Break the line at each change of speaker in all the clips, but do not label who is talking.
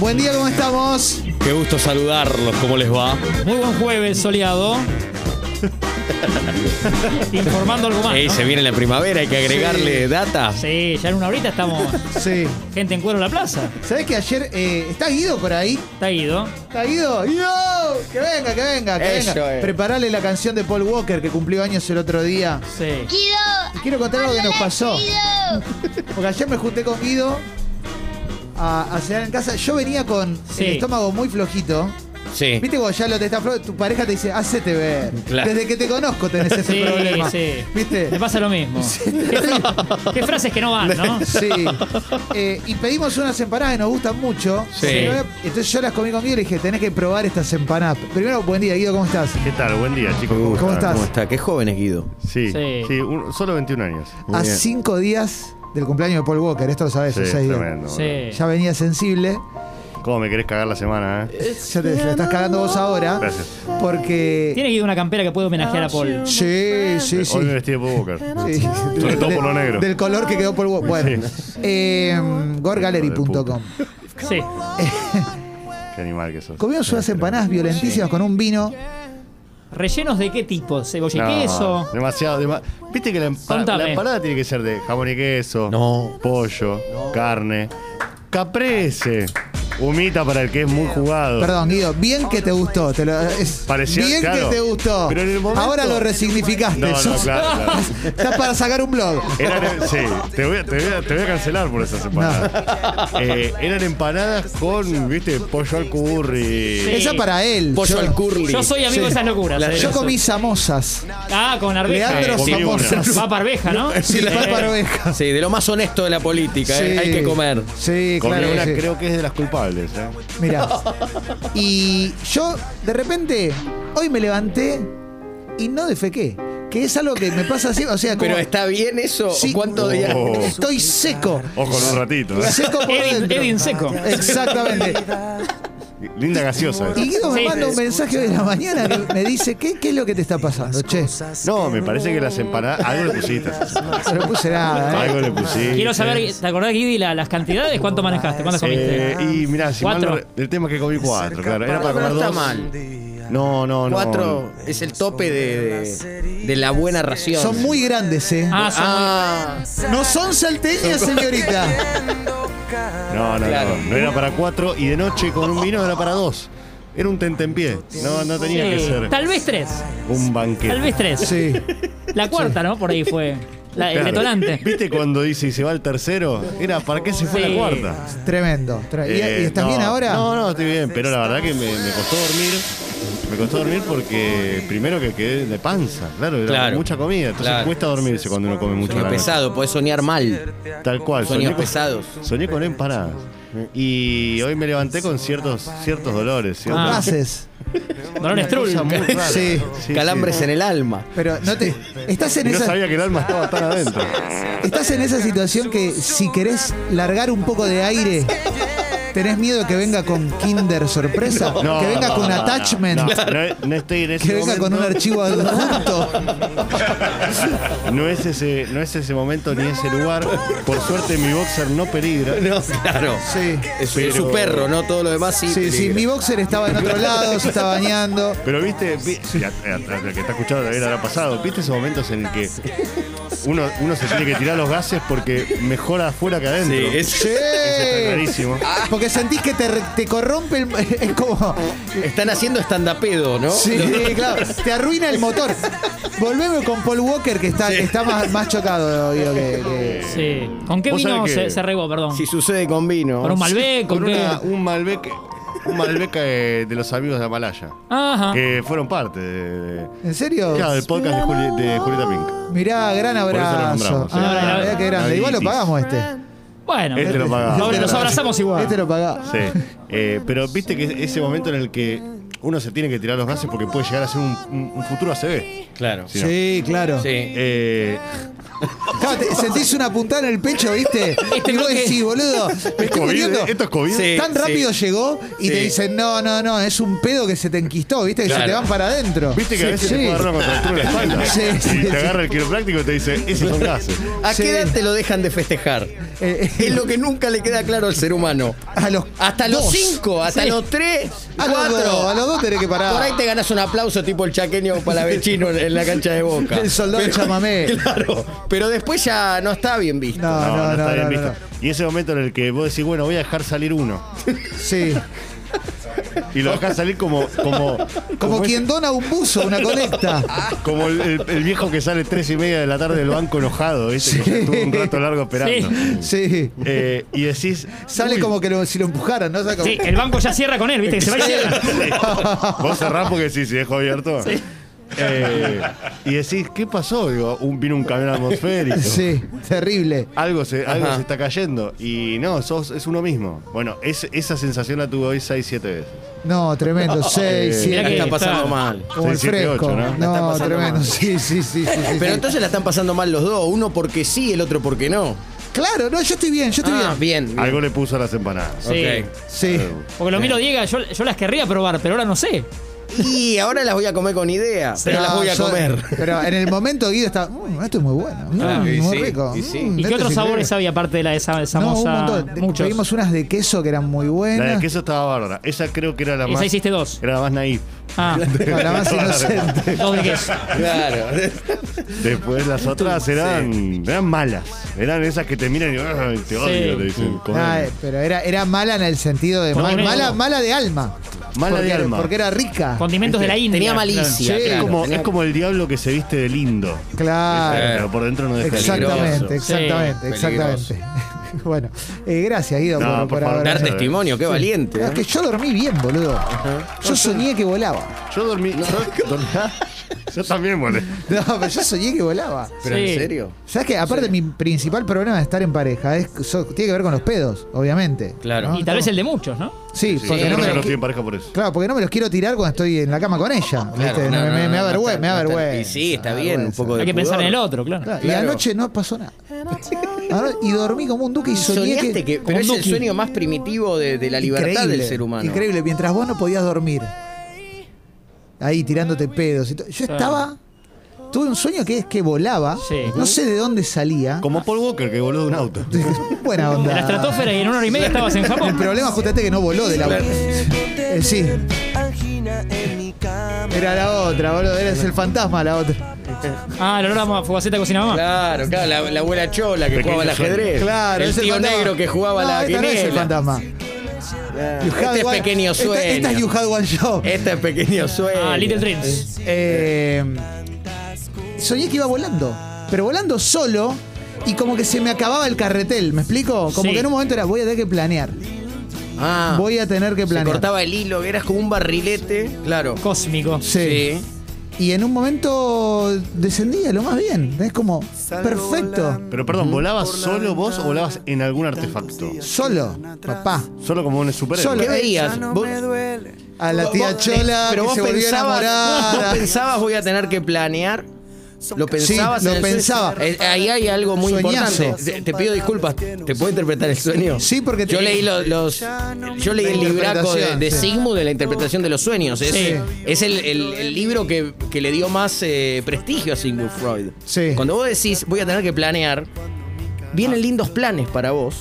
Buen día, ¿cómo estamos?
Qué gusto saludarlos, ¿cómo les va?
Muy buen jueves, soleado. Informando algo más.
Ey,
¿no?
se viene la primavera, hay que agregarle data.
Sí, ya en una horita estamos.
Sí.
Gente en cuero en la plaza.
¿Sabés que ayer eh, está Guido por ahí?
Está Guido.
¿Está Guido? ¡Guido! ¡Que venga, que venga, que
Eso
venga!
es.
Preparale la canción de Paul Walker que cumplió años el otro día.
Sí.
Y quiero contar algo que nos pasó. Porque ayer me junté con Guido a, a cenar en casa. Yo venía con
Sí.
el estómago muy flojito.
Sí.
Viste cuando ya lo te está flo- tu pareja te dice, hacete ver.
Claro.
Desde que te conozco tenés ese
Sí,
problema.
sí. Me
¿Viste?
pasa lo mismo. Qué, fra- qué frases que no van, ¿no?
Sí. Eh, y pedimos unas empanadas que nos gustan mucho.
Sí.
Entonces yo las comí conmigo y le dije, tenés que probar estas empanadas. Primero, buen día, Guido, ¿cómo estás?
¿Qué tal? Buen día, chicos.
Me gusta,
¿Cómo estás?
¿Cómo está? Qué joven es Guido.
Sí,
Sí.
sí, un- solo 21 años.
Muy
A
bien.
cinco días del cumpleaños de Paul Walker, esto lo sabes,
Sí,
hace seis días.
tremendo.
Sí.
Ya venía sensible.
¿Cómo me querés cagar la semana, eh?
Ya te la estás cagando vos ahora.
Gracias.
Porque.
Tiene Guido una campera que puede homenajear a Paul.
Sí, sí, sí.
Hoy me vestí de Bob Walker.
Sí.
Sobre todo por lo
De-
negro.
Del color que quedó Paul Walker. Bueno, eh, gorgallery.com.
Sí.
Qué animal que sos.
Comimos unas empanadas violentísimas con un vino.
¿Rellenos de qué tipo? ¿Cebolla y
No,
queso?
Demasiado. dema- Viste que la, empa-
Contame.
la empanada tiene que ser de jamón y queso,
No.
pollo, carne, caprese, humita para el que es muy jugado.
Perdón, Guido, bien que te gustó. Te lo- es-
Parecía-
bien
claro.
que te gustó.
Pero en el momento-
Ahora lo resignificaste.
No, no,
Sos-
claro, claro.
Estás para sacar un blog.
Eran- em-, sí, te voy, a, te voy a- te voy a cancelar por esas empanadas. Eh, eran empanadas con, viste, pollo al curry.
Sí.
Esa para él.
Pollo
Yo-
al curly.
Yo soy amigo de esas locuras.
La-
eh.
Yo comí samosas.
Ah, con arveja.
Leandro
comí una.
samosas.
Va para arveja, ¿no? Eh,
Sí, la papa arveja.
Sí, de lo más honesto de la política, ¿eh?
Sí.
hay que comer.
Sí,
Comí
claro.
una,
que sí.
creo que es de las culpables. ¿eh?
Mirá. Y yo, de repente, hoy me levanté y no defequé. Que es algo que me pasa así. O sea, como.
Pero está bien eso,
Sí.
¿cuántos días?
Oh.
Estoy seco.
Ojo, en un ratito. ¿eh?
Seco por
Edin,
dentro.
Edin seco.
Exactamente.
Linda gaseosa. esa.
Y Guido me
Sí.
manda un mensaje hoy de la mañana que me dice, ¿qué, qué es lo que te está pasando? Che,
No, me parece que las empanadas. Algo le pusiste.
no le puse nada, ¿eh?
Algo le pusiste.
Quiero saber, ¿te acordás, Guidi, la- las cantidades? ¿Cuánto manejaste? ¿Cuántas comiste?
Eh, y mirá, si mal no
Cuatro.
re- el tema es que comí cuatro, claro. Era para
Pero no
comer
está
dos.
mal.
No, no, no.
Cuatro es el tope de, de- de la buena ración.
Son muy grandes, ¿eh?
Ah, son
Ah,
No son salteñas, señorita.
No, no,
Claro.
no. No era para cuatro. Y de noche con un vino era para dos. Era un tentempié. No, no tenía que
Sí,
ser
Tal vez tres.
un banquete.
Tal vez tres.
Sí.
La cuarta, ¿no? Por ahí fue. La, el
Claro.
detonante.
¿Viste cuando dice y se va el tercero? Era, ¿para qué se fue
Sí.
la cuarta?
Tremendo. tre- ¿Y,
Eh,
y estás
no,
bien ahora?
No, no, estoy bien, pero la verdad que me, me costó dormir. Me costó dormir porque primero que quedé de panza, claro, era
Claro.
mucha comida, entonces
Claro.
cuesta dormirse cuando uno come mucho. a
sueño
la noche.
pesado, podés soñar mal.
Tal cual,
Sueños
soñé con-
pesados.
Soñé con empanadas. Y hoy me levanté con ciertos ciertos dolores,
¿Qué
ciertos
Ah.
haces?
Dolores Trull.
Sí.
Calambres en el alma.
Pero no te. Estás en
Y no
esa.
sabía que el alma estaba tan adentro.
Estás en esa situación que si querés largar un poco de aire, tenés miedo que venga con Kinder sorpresa,
No,
que venga con un
no, no,
attachment,
No, no, no estoy en ese
que venga con un
momento.
archivo adjunto.
No es ese, no es ese momento ni ese lugar. Por suerte mi boxer no peligra.
No, claro.
Sí.
Es,
Pero-
es su perro, ¿no? Todo lo demás sí.
Sí, sí,
peligra.
mi boxer estaba en otro lado, se está bañando.
Pero viste, vi- y a- a- a- el que está escuchando también habrá pasado, viste esos momentos en el que uno, uno se tiene que tirar los gases porque mejora afuera que adentro.
Sí, es-
Sí. Ah,
está clarísimo.
Porque sentís que te, re- te corrompe el. Es como.
Están haciendo estandapedo, ¿no?
Sí, claro. Te arruina el motor. Volvemos con Paul Walker, que está, que está más, más chocado, digo, que- que,
Sí. ¿Con qué
Vos
vino
sabés
se,
que-
se regó, perdón?
Si sucede con vino.
¿Con un Malbec? ¿Con,
Con
qué?
una- un Malbec, un Malbec eh, de los amigos de Amalaya,
Ajá.
que fueron parte de,
¿En serio?
claro, del podcast de, Juli- de Julieta Pink.
Mirá, gran
Por eso lo
abrazo.
nombramos,
¿eh?
Ah,
Ahora,
mirá qué grande. Igual lo
Avitis.
pagamos este.
Bueno.
Este lo pagaba.
Nos- nos abrazamos igual.
Este lo pagamos.
Sí. Eh, pero viste que ese momento en el que uno se tiene que tirar los gases porque puede llegar a ser un, un- un futuro ACB.
Claro.
Sí.
Sí, claro.
Sí.
Eh,
Claro, te sentís una puntada en el pecho, ¿viste?
Este
y vos
bloque-
decís, boludo, me
¿Es
estoy
COVID? eh,
muriendo.
¿Esto es COVID?
Sí.
Tan rápido llegó y
Sí.
te dicen, no, no, no, es un pedo que se te enquistó, ¿viste? Que se
Claro.
te van para adentro.
Viste que a veces
Sí.
te puede dar una contractura en la espalda.
Sí,
y
sí,
te
sí.
agarra el quiropráctico y te dice, esos son gases.
¿A
Sí.
qué edad te lo dejan de festejar?
Eh, eh,
Es lo que nunca le queda claro al ser humano.
a los
Hasta los
dos.
5, hasta
Sí.
los 3,
A los dos, a
4.
los dos tenés que parar.
Por ahí te ganas un aplauso tipo el chaqueño palavecino en en la cancha de boca.
El soldado de chamamé.
Claro, pero después ya no está bien visto.
No, no, no,
está bien
no,
visto. Y ese momento en el que vos decís, bueno, voy a dejar salir uno.
no. Sí.
Y lo dejas salir como, como,
Como
ese-
quien dona un buzo, una colecta.
Como el, el- el viejo que sale tres y media de la tarde del banco enojado, ¿viste? Que estuvo un rato largo esperando.
Sí.
Eh, y decís.
Sale
uy,
como que lo- si lo empujaran, ¿no? Saca-
Sí, el banco ya cierra con él, viste, que se va y cierra.
Vos cerrás porque sí, si dejo abierto. Eh, y decís, ¿qué pasó? Digo, un, vino un camión atmosférico.
Sí, terrible.
Algo se, algo
Ajá.
se está cayendo. Y no, sos, es uno mismo. Bueno, es- esa sensación la tuve hoy seis, siete veces.
No, tremendo. Seis, siete.
Mirá que está
Eh, está.
pasando mal.
Como el
Seis, siete,
fresco.
ocho, ¿no?
no,
La
está pasando
tremendo.
mal.
Sí, sí, sí, sí, sí,
Pero
sí.
entonces la están pasando mal los dos, uno porque sí, el otro porque no.
Claro, no, yo estoy bien, yo estoy
Ah,
bien.
bien. bien.
Algo le puso a las empanadas.
Sí.
Ok.
Sí.
Porque lo miro, Diego, yo, yo las querría probar, pero ahora no sé.
Y ahora las voy a comer con idea, pero
No,
las voy a
Ah, yo-
comer.
Pero en el momento Guido está, "Mm, esto es muy bueno, mm,
Ah, y
muy
sí,
rico.
y sí.
mm,
¿Y
esto
qué
es
otros sabores
increíble".
había aparte de la de esa, esa
No, un
moza?
montón. De-
Muchos.
Pedimos unas de queso que eran muy buenas.
La de queso estaba bárbara. Esa creo que era la
Esa
más.
hiciste dos.
Era la más naif.
Ah,
No, la más inocente.
dos de queso.
Claro.
Después las otras eran, eran malas. Eran esas que te miran y "Ay, te odio,
Sí.
te dicen. "Come".
Ah, eh, pero era, era mala en el sentido de
Por
mal-
lo menos.
mala, mala de alma.
Mala
Porque
de
era-
alma.
Porque era rica.
Condimentos de la India.
Tenía
claro.
malicia.
Sí,
es,
claro,
como,
tenía-
es como el diablo que se viste de lindo.
Eh.
Claro.
Pero por dentro no deja de ser
Ah, Exactamente,
peligroso.
exactamente,
Eh, Sí,
exactamente. bueno, eh, gracias Guido
No,
por,
por
por
favor,
haber-
Dar
gracias.
testimonio, qué valiente.
Es que yo dormí bien, boludo. Yo soñé que volaba.
Yo dormí. Yo, dormí- yo también, boludo.
No, pero yo soñé que volaba.
Pero
Sí.
en serio.
¿Sabes qué? Aparte, mi principal problema de estar en pareja es, so- tiene que ver con los pedos, obviamente.
Claro.
¿no?
Y tal vez el de muchos, ¿no?
Sí,
Sí,
porque no me
yo creo que no
los
estoy
qui-
en pareja por eso.
Claro, porque no me los quiero tirar cuando estoy en la cama con ella.
Claro,
¿viste? Me-
no, no,
me,
no,
me da
no,
vergüenza.
está-
Me da
no está-
vergüenza.
Y sí, está
me da
bien, un
vergüenza.
poco de
Hay que pensar en el
pudor.
otro, claro.
Claro, Y
Claro.
anoche no pasó nada. Ano- y dormí como un duque y soñé
Soñaste
que.
que, pero es el
Duki.
sueño más primitivo de, de la libertad
Increíble,
del ser humano.
Increíble, mientras vos no podías dormir. Ahí tirándote pedos. y to- Yo estaba. Tuve un sueño que es que volaba.
Sí.
No sé de dónde salía.
Como Paul Walker que voló de un auto.
Buena onda.
En la estratosfera y en una hora y media estabas en
El
Japón.
problema justamente es que no voló de la Eh, sí. Era la otra, boludo. Eres el fantasma la otra.
Ah, el olor a fogaceta cocina mamá.
Claro, claro, la, la abuela Chola que
Pequeño
jugaba al
sueño.
ajedrez.
Claro,
el
es el
tío
fantasma.
negro que jugaba
No,
la
esta no es el
quiniela.
fantasma.
Claro.
You had
Este es
one-
pequeño
esta- Esta, es You
sueño.
Had One Show.
Este es pequeño sueño.
Ah, Little Dreams.
Eh, soñé que iba volando, pero volando solo y como que se me acababa el carretel, ¿me explico? Como
Sí.
que en un momento era, voy a tener que planear,
Ah,
voy a tener que
se
planear.
cortaba el hilo, eras como un barrilete. Claro.
Cósmico.
Sí. Y en un momento descendía lo más bien, es como, perfecto,
Pero perdón, ¿volabas solo vos o volabas en algún artefacto?
solo, papá,
Solo como un superhéroe.
Solo.
¿Qué veías? Vos-
a la tía
vos-
Chola
pero
que
vos
se volvió a
pensabas,
enamorar.
vos pensabas voy a tener que planear. Lo pensabas.
lo
en el sueño?
pensaba.
Eh, ahí hay algo muy
Sueñazo.
importante. Te, te pido disculpas. ¿Te puedo interpretar el sueño?
Sí, porque
yo
te-
leí los, los- yo leí el
La
libraco de, de
interpretación, sí.
Sigmund de la interpretación de los sueños. Es,
Sí.
es el, el- el libro que, que le dio más eh, prestigio a Sigmund Freud.
Sí. Ah.
Cuando vos decís voy a tener que planear, vienen lindos planes para vos.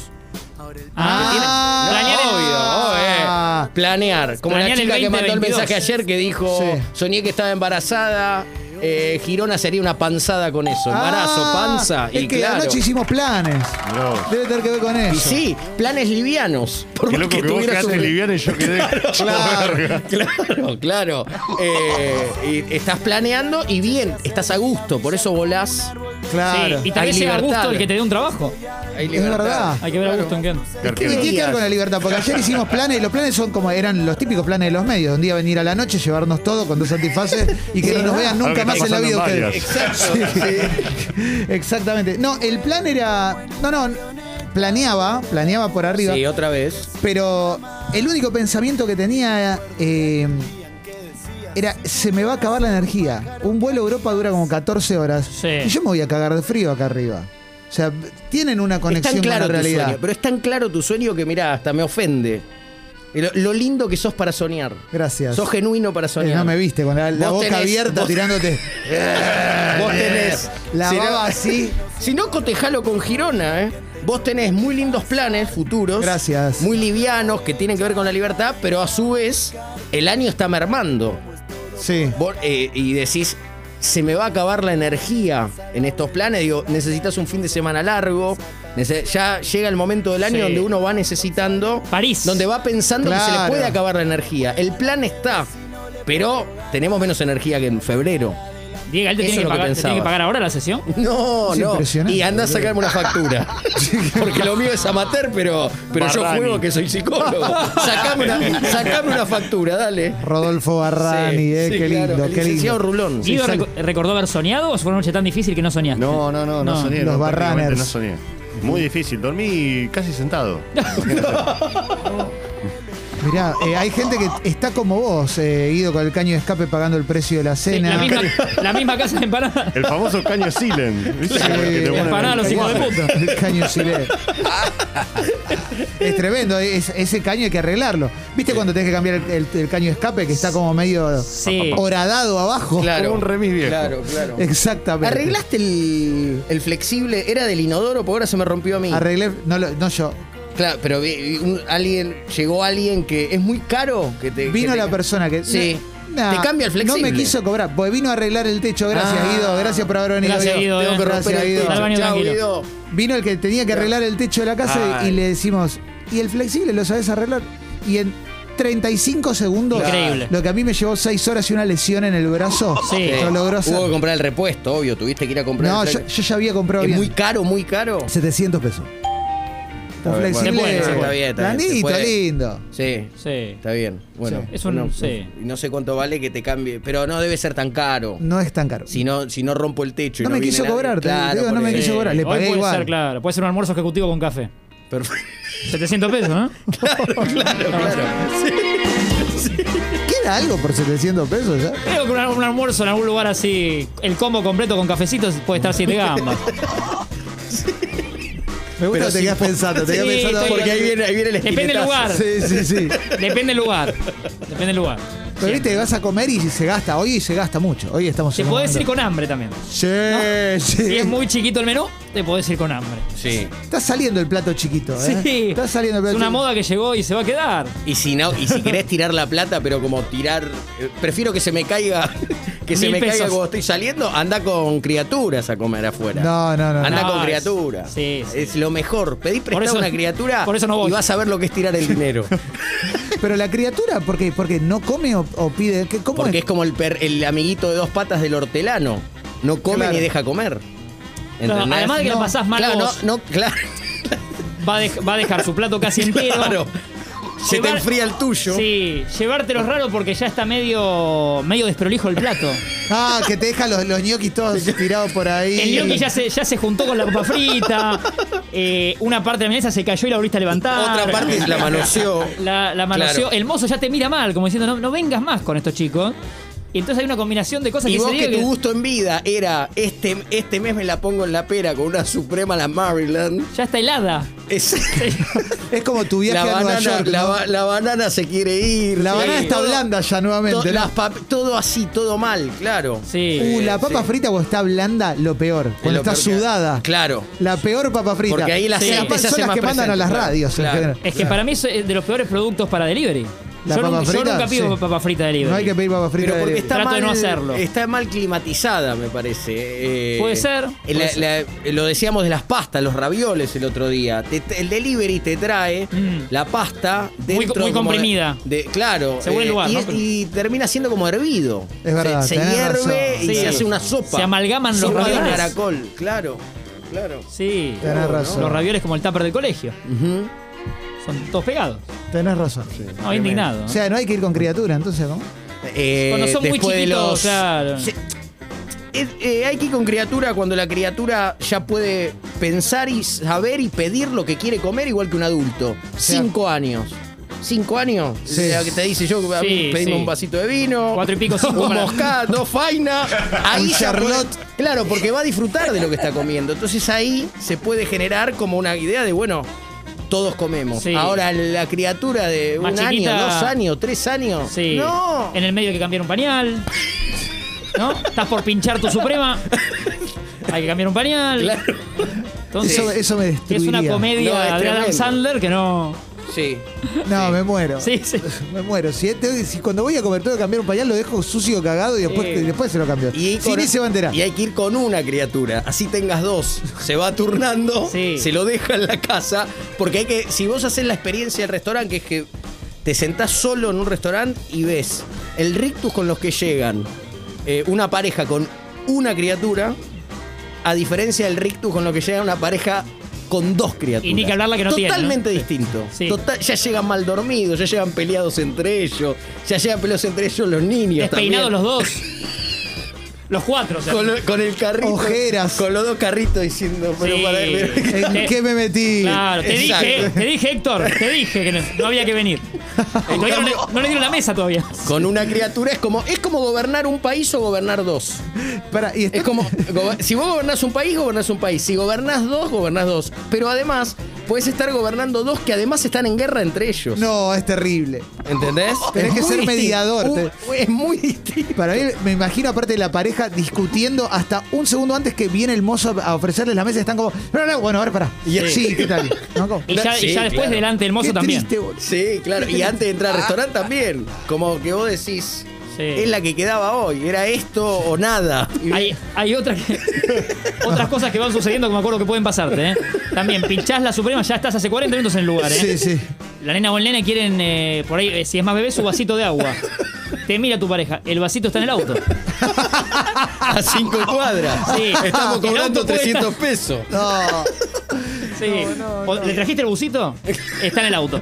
Ah,
Tiene-
planear el-
obvio, obvio. Planear. Como
Planear
la
el
chica que
20,
mandó el
22.
mensaje ayer que dijo,
Sí.
soñé que estaba embarazada, eh, Girona sería una panzada con eso. Embarazo,
Ah,
panza,
Es
y
que
claro.
anoche hicimos planes.
Mirá vos.
Debe tener que ver con eso.
Y sí, planes livianos. Por
Qué
más
loco que vos
tuvieras
quedaste
un-
liviano y yo quedé.
Claro.
verga.
Claro, claro. Eh, y estás planeando y bien, estás a gusto, por eso volás.
Claro.
Sí, y tal
Hay
vez sea
libertad.
gusto el que te dé un trabajo.
Hay
es verdad.
Hay que ver a gusto en qué. anda.
Y tiene que ver con la libertad, porque ayer hicimos planes, y los planes son como eran los típicos planes de los medios, un día venir a la noche, llevarnos todo con dos antifaces y que no nos vean
Algo
nunca
que
más
está
en la vida
pasando en
ustedes.
varias.
Exacto.
Sí. Exactamente. No, el plan era. No, no, planeaba, planeaba por arriba,
Sí, otra vez.
pero el único pensamiento que tenía eh, era, se me va a acabar la energía. Un vuelo a Europa dura como 14 horas.
Sí.
Y yo me voy a cagar de frío acá arriba. O sea, tienen una
Es
conexión
tan claro
con la
tu
realidad.
sueño, pero es tan claro tu sueño que mirá, hasta me ofende. Lo, lo lindo que sos para soñar.
Gracias.
Sos genuino para
Eh,
soñar.
no me viste, con la, la
Vos
boca
tenés-
abierta
vos-
tirándote.
Vos tenés.
Eh, La
si no-
baba así.
Si no, cotejalo con Girona, ¿eh? Vos tenés muy lindos planes futuros.
Gracias.
Muy livianos, que tienen que ver con la libertad, pero a su vez, el año está mermando.
Sí.
Vos, eh, y decís, se me va a acabar la energía en estos planes. Digo, necesitas un fin de semana largo. Nece- Ya llega el momento del año
Sí.
donde uno va necesitando.
París.
Donde va pensando que se le
Claro.
puede acabar la energía. El plan está, pero tenemos menos energía que en febrero.
Diego, él te
Eso
tiene
es
que,
lo que
pagar, te tiene que
pensabas.
pagar ahora la sesión.
No,
Es
no.
impresionante,
Y anda a sacarme una factura. Porque lo mío es amateur, pero, pero yo
Barrani.
juego que soy psicólogo. Sacame una, sacame una factura, dale.
Rodolfo Barrani,
Sí,
eh,
sí,
qué
claro.
lindo,
El
qué
licenciado
lindo.
Rulón.
Guido
sale.
reco- recordó haber soñado o fue una noche tan difícil que no soñaste.
No, no, no, no,
No,
soñé.
los
no, prácticamente
barraners.
No soñé. Muy difícil. Dormí casi sentado.
Mirá, eh, hay gente que está como vos, eh, Guido, con el caño de escape pagando el precio de la
Sí,
cena.
la, misma, la misma casa de empanada.
El famoso caño Silen. ¿viste?
Sí,
Que te ponen
Empanada
el
los
caño.
hijos de puta.
El caño silé. Es tremendo, es- ese caño hay que arreglarlo. ¿Viste cuando tenés que cambiar el, el- el caño de escape que está como medio
Sí.
horadado abajo?
Claro.
Como un remis viejo.
Claro, claro.
Exactamente.
¿Arreglaste el, el flexible? Era del inodoro, porque ahora se me rompió a mí.
Arreglé, no, lo- no yo.
claro, pero vi- vi un- alguien, llegó alguien que es muy caro. Que te,
Vino
que te-
la persona que.
Sí.
Nah,
Te cambia el flexible.
No me quiso cobrar, porque vino a arreglar el techo. Gracias,
Ah.
Guido. Gracias por haber venido.
Gracias, Guido,
Tengo
eh.
que
Gracias,
romper el
Guido.
techo.
Al baño,
Chao,
tranquilo.
Guido.
Vino el que tenía que arreglar el techo de la casa y-
Ay.
y le decimos, ¿y el flexible lo sabes arreglar? Y en 35 segundos,
Increíble.
lo que a mí me llevó 6 horas y una lesión en el brazo,
Sí.
lo logró hacer.
Hubo que comprar el repuesto, obvio. Tuviste que ir a comprar
No,
el
yo, yo ya había comprado
Es
bien.
muy caro, muy caro.
700 pesos. Está
bueno,
flexible.
se puede, se puede.
Está bien, está bien, se
Blandito,
puede.
lindo.
Sí,
Sí.
está bien. Bueno,
Sí.
Es un-
no,
sí.
no sé cuánto vale que te cambie, pero no debe ser tan caro.
No es tan caro.
Si no, si no rompo el techo. y
No me
viene
quiso
nadie,
cobrar, te
claro,
digo, no me
por
quiso
eso.
cobrar. Le
Hoy
pagué
puede
igual.
ser, claro. Puede ser un almuerzo ejecutivo con café.
Perfecto.
700 pesos, ¿no?
Claro, claro.
¿Queda algo por 700 pesos ya?
Creo que un, un almuerzo en algún lugar así, el combo completo con cafecitos puede estar 7 gambas.
Me gusta
Pero
que te
sí,
quedas pensando, te quedas
Sí,
pensando.
estoy-
Porque ahí viene, ahí viene el
Depende del
espinetazo.
lugar.
Sí, sí, sí.
Depende del lugar. Depende del lugar.
Pero viste que vas a comer y se gasta. Hoy se gasta mucho. Hoy estamos
Te
en un
podés ir
momento-
con hambre también.
Sí,
Si
sí.
es muy chiquito el menú, te podés ir con hambre.
Sí.
Está saliendo el plato chiquito, ¿eh?
Sí.
Está saliendo el
Es
plato
una
chiquito.
moda que llegó y se va a quedar.
Y si no, y si querés tirar la plata, pero como tirar. eh, prefiero que se me caiga. Que se
Mil
me caiga
pesos.
cuando estoy saliendo, anda con criaturas a comer afuera.
No, no, no. no.
Anda
No,
con
es-
criaturas.
sí, sí.
Es lo mejor. Pedí prestada
eso-
una criatura
por eso no voy.
y vas a ver lo que es tirar el dinero.
Pero la criatura, ¿por qué? ¿Porque no come o, o pide? ¿Qué- ¿Cómo
Porque
es?
es como el, per- el amiguito de dos patas del hortelano. No come
Claro.
ni deja comer.
Claro,
¿Entendés?
además de que la
No,
pasás mal
Claro,
vos.
no, no, claro.
Va a, dej- va a dejar su plato casi entero.
claro. Se te
Llevar-
enfría el tuyo.
Sí, llevártelo es raro porque ya está medio, medio desprolijo el plato.
Ah, que te deja los, los ñoquis todos tirados por ahí.
El gnocchi ya se, ya se juntó con la papa frita. eh, una parte de la mesa se cayó y la volviste a levantar.
Otra parte la manoseó.
La, la manoseó.
Claro.
El mozo ya te mira mal, como diciendo, no, no vengas más con estos chicos. Y entonces hay una combinación de cosas
Y
que
vos
se
que
diga
tu gusto en vida era este, este mes me la pongo en la pera con una suprema la Maryland.
ya está helada.
Es-
Es como tu viaje
la,
a Nueva
banana,
York.
la,
¿no?
ba- la banana se quiere ir.
La
Sí.
banana está
Todo-
blanda ya
to-
nuevamente. ¿no?
las pap- todo así, todo mal, claro.
Sí.
Uh, la papa frita cuando está blanda, lo peor. Cuando
lo
está
peor que-
sudada.
Claro.
La peor papa frita.
Porque ahí la
Sí,
gente
aparte
se hace
son las
más
que mandan a
presente,
las
claro,
radios
claro.
en general.
Es que para mí es eh, de los peores productos para delivery.
La
yo,
papa
nunca, yo
frita,
nunca pido
sí.
papa frita delivery.
No hay que pedir papa frita.
Pero porque
de-
está
Trato
mal,
de no hacerlo.
está mal climatizada, me parece. Eh,
Puede ser,
la-
puede
la-
ser.
eh, lo decíamos de las pastas, los ravioles el otro día. Te- te- el delivery te trae
Mm.
la pasta
Muy
dentro
co- muy
como de-
comprimida.
De, claro. eh,
Según el lugar,
y,
¿no?
es- y termina siendo como hervido.
Es verdad,
Se, se
tenés
hierve
razón.
y
Sí.
se hace una sopa.
Se amalgaman los
Sopa de
ravioles.
caracol, claro. Claro.
Sí.
Tenés razón.
Los ravioles como el tupper del colegio.
Ujú.
Son todos pegados.
Tenés razón.
No, indignado. ¿no?
O sea, no hay que ir con criatura, entonces, ¿cómo?
Eh,
Cuando son muy
después de
chiquitos,
los-
claro.
Sí. Eh, eh, hay que ir con criatura cuando la criatura ya puede pensar y saber y pedir lo que quiere comer igual que un adulto. Cinco años. cinco años.
Sí.
La que te dice yo, a mí,
Sí,
pedime
sí.
un vasito de vino.
Cuatro y pico, cinco
Un
para-
moscá, dos faina. Ahí
Un
ya puede-
Charlotte.
claro, porque va a disfrutar de lo que está comiendo. Entonces ahí se puede generar como una idea de, bueno, todos comemos.
Sí.
Ahora la criatura de
Más
un
chiquita.
año, dos años, tres años.
Sí.
No.
En el medio hay que cambiar un pañal. ¿No? Estás por pinchar tu suprema. Hay que cambiar un pañal.
Claro.
Entonces,
Eso, eso me
es
destruiría.
una
No,
comedia
es
de Adam
tremendo.
Sandler que no.
Sí.
No, me muero.
Sí, sí.
Me muero. Si, este- si cuando voy a comer tengo que cambiar un pañal, lo dejo sucio, cagado y después,
Sí.
y después se lo cambio.
Y,
Sin
con-
ese bandera.
y hay que ir con una criatura. Así tengas dos. Se va turnando,
Sí.
se lo deja en la casa. Porque hay que. Si vos haces la experiencia del restaurante, que es que te sentás solo en un restaurante y ves el rictus con los que llegan. eh, una pareja con una criatura. A diferencia del rictus con lo que llega una pareja con dos criaturas.
Y ni que hablar la que no tiene, ¿no?
Totalmente distinto.
Sí.
Total- ya llegan mal dormidos, ya llegan peleados entre ellos, ya llegan peleados entre ellos los niños. también.
Despeinados los dos. Los cuatro, o sea.
Con, lo- con el carrito.
Ojeras.
Con los dos carritos diciendo, pero
Sí.
para pero-
¿En qué me metí?
Claro, te
Exacto.
dije, te dije, Héctor, te dije que no, no había que venir. Todavía no, le, no le dieron la mesa todavía.
Con una criatura es como, es como gobernar un país o gobernar dos.
Pará, y está-
Es como, gober- si vos gobernás un país, gobernás un país. Si gobernás dos, gobernás dos. Pero además, puedes estar gobernando dos que además están en guerra entre ellos.
No, es terrible.
¿Entendés?
Tenés que
muy
ser
distinto.
mediador.
Un- es muy distinto.
Para mí, me imagino aparte de la pareja discutiendo hasta un segundo antes que viene el mozo a ofrecerles la mesa. Están como, no, no, bueno, a ver, pará.
Y-
Sí, ¿qué tal? ¿No? Como,
Y ya, y
Sí,
ya después
claro.
delante del mozo
qué
también.
triste, boludo.
Sí, claro. Y antes de entrar al restaurante también. Como que vos decís,
Sí.
es la que quedaba hoy. Era esto o nada. Y-
Hay, hay otras que- otras cosas que van sucediendo que me acuerdo que pueden pasarte, ¿eh? También, pinchás la suprema, ya estás hace 40 minutos en el lugar,
Sí,
¿eh?
sí.
La nena o el nene quieren, eh, por ahí, eh, si es más bebé, su vasito de agua. Te mira tu pareja, el vasito está en el auto.
a cinco cuadras.
Sí.
Estamos
El auto
cobrando
puede
300 pesos.
No,
Sí. O, ¿Le trajiste el busito? Está en el auto.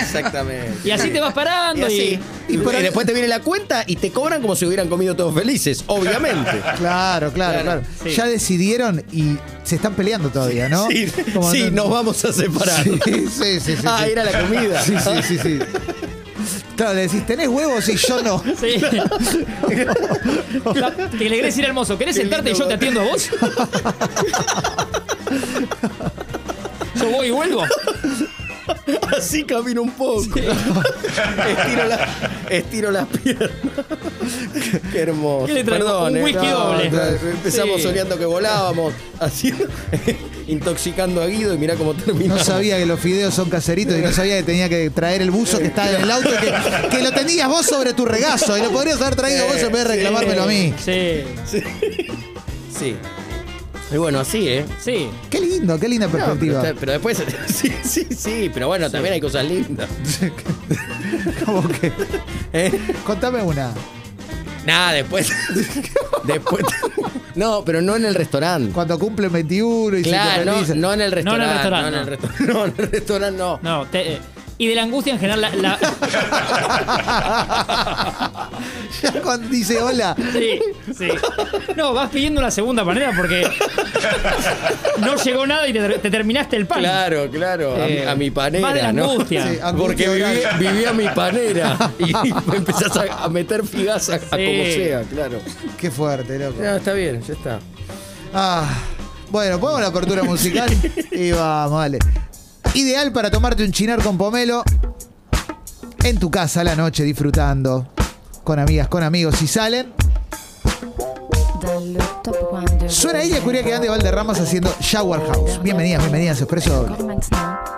Exactamente.
Y así te vas
Y,
parando y.
así.
Y
Y,
por ahí-
después te viene la cuenta y te cobran como si hubieran comido todos felices, obviamente.
claro, claro, claro.
sí.
Ya decidieron y se están peleando todavía, ¿no?
Sí,
Como
sí,
no-
nos vamos a separar.
Sí, sí, sí. sí,
ah,
sí.
era la comida.
Sí, sí, sí, sí. Claro, le decís, ¿tenés huevos? Y yo no.
Sí. que le querés decir al mozo, ¿querés
Qué
sentarte y
lindo
yo te atiendo a vos? Yo voy y vuelvo.
Así camino un poco. Estiro, la- estiro las piernas. Qué hermoso.
¿Qué le traigo?
Perdón,
Un
eh.
whisky doble.
Empezamos
Sí.
soñando que volábamos, haciendo, intoxicando a Guido y mirá cómo terminó.
No sabía que los fideos son caseritos y no sabía que tenía que traer el buzo que estaba en el auto, que, que lo tenías vos sobre tu regazo y lo podrías haber traído vos en vez de reclamármelo a mí.
Sí,
Sí. Y bueno, así, ¿eh?
sí.
Qué lindo, qué linda
No, pero,
perspectiva.
está- pero después. Sí, sí, sí. Pero bueno, también hay cosas lindas.
Como que-
¿eh?
contame una.
Nada, después. después. No, pero no en el restaurante.
Cuando cumplen 21 y se
Claro, no,
independizan.
no en el
No en el
restaurante. No en el
restaurante,
restaurante. No, en el restaurante no.
No, te- eh, y de la angustia en general, la, la-
Ya cuando dice hola.
sí, sí. No, vas pidiendo una segunda manera porque no llegó nada y te, te terminaste el pan.
Claro, claro. a mi-
Eh,
a, mi panera,
más de la
¿no?
angustia.
Sí, angustia
Porque viví,
oral.
viví a mi panera y me empezás a, a meter figas a, a como
Sí.
sea, claro.
Qué fuerte, loco.
No, está bien, ya está.
Ah, bueno, ponemos la apertura musical y vamos, dale. Ideal para tomarte un chinar con pomelo en tu casa a la noche disfrutando con amigas, con amigos. Si salen, suena ella Curia que de Valderramas haciendo Shower House. Bienvenidas, bienvenidas, expreso doble.
Doble.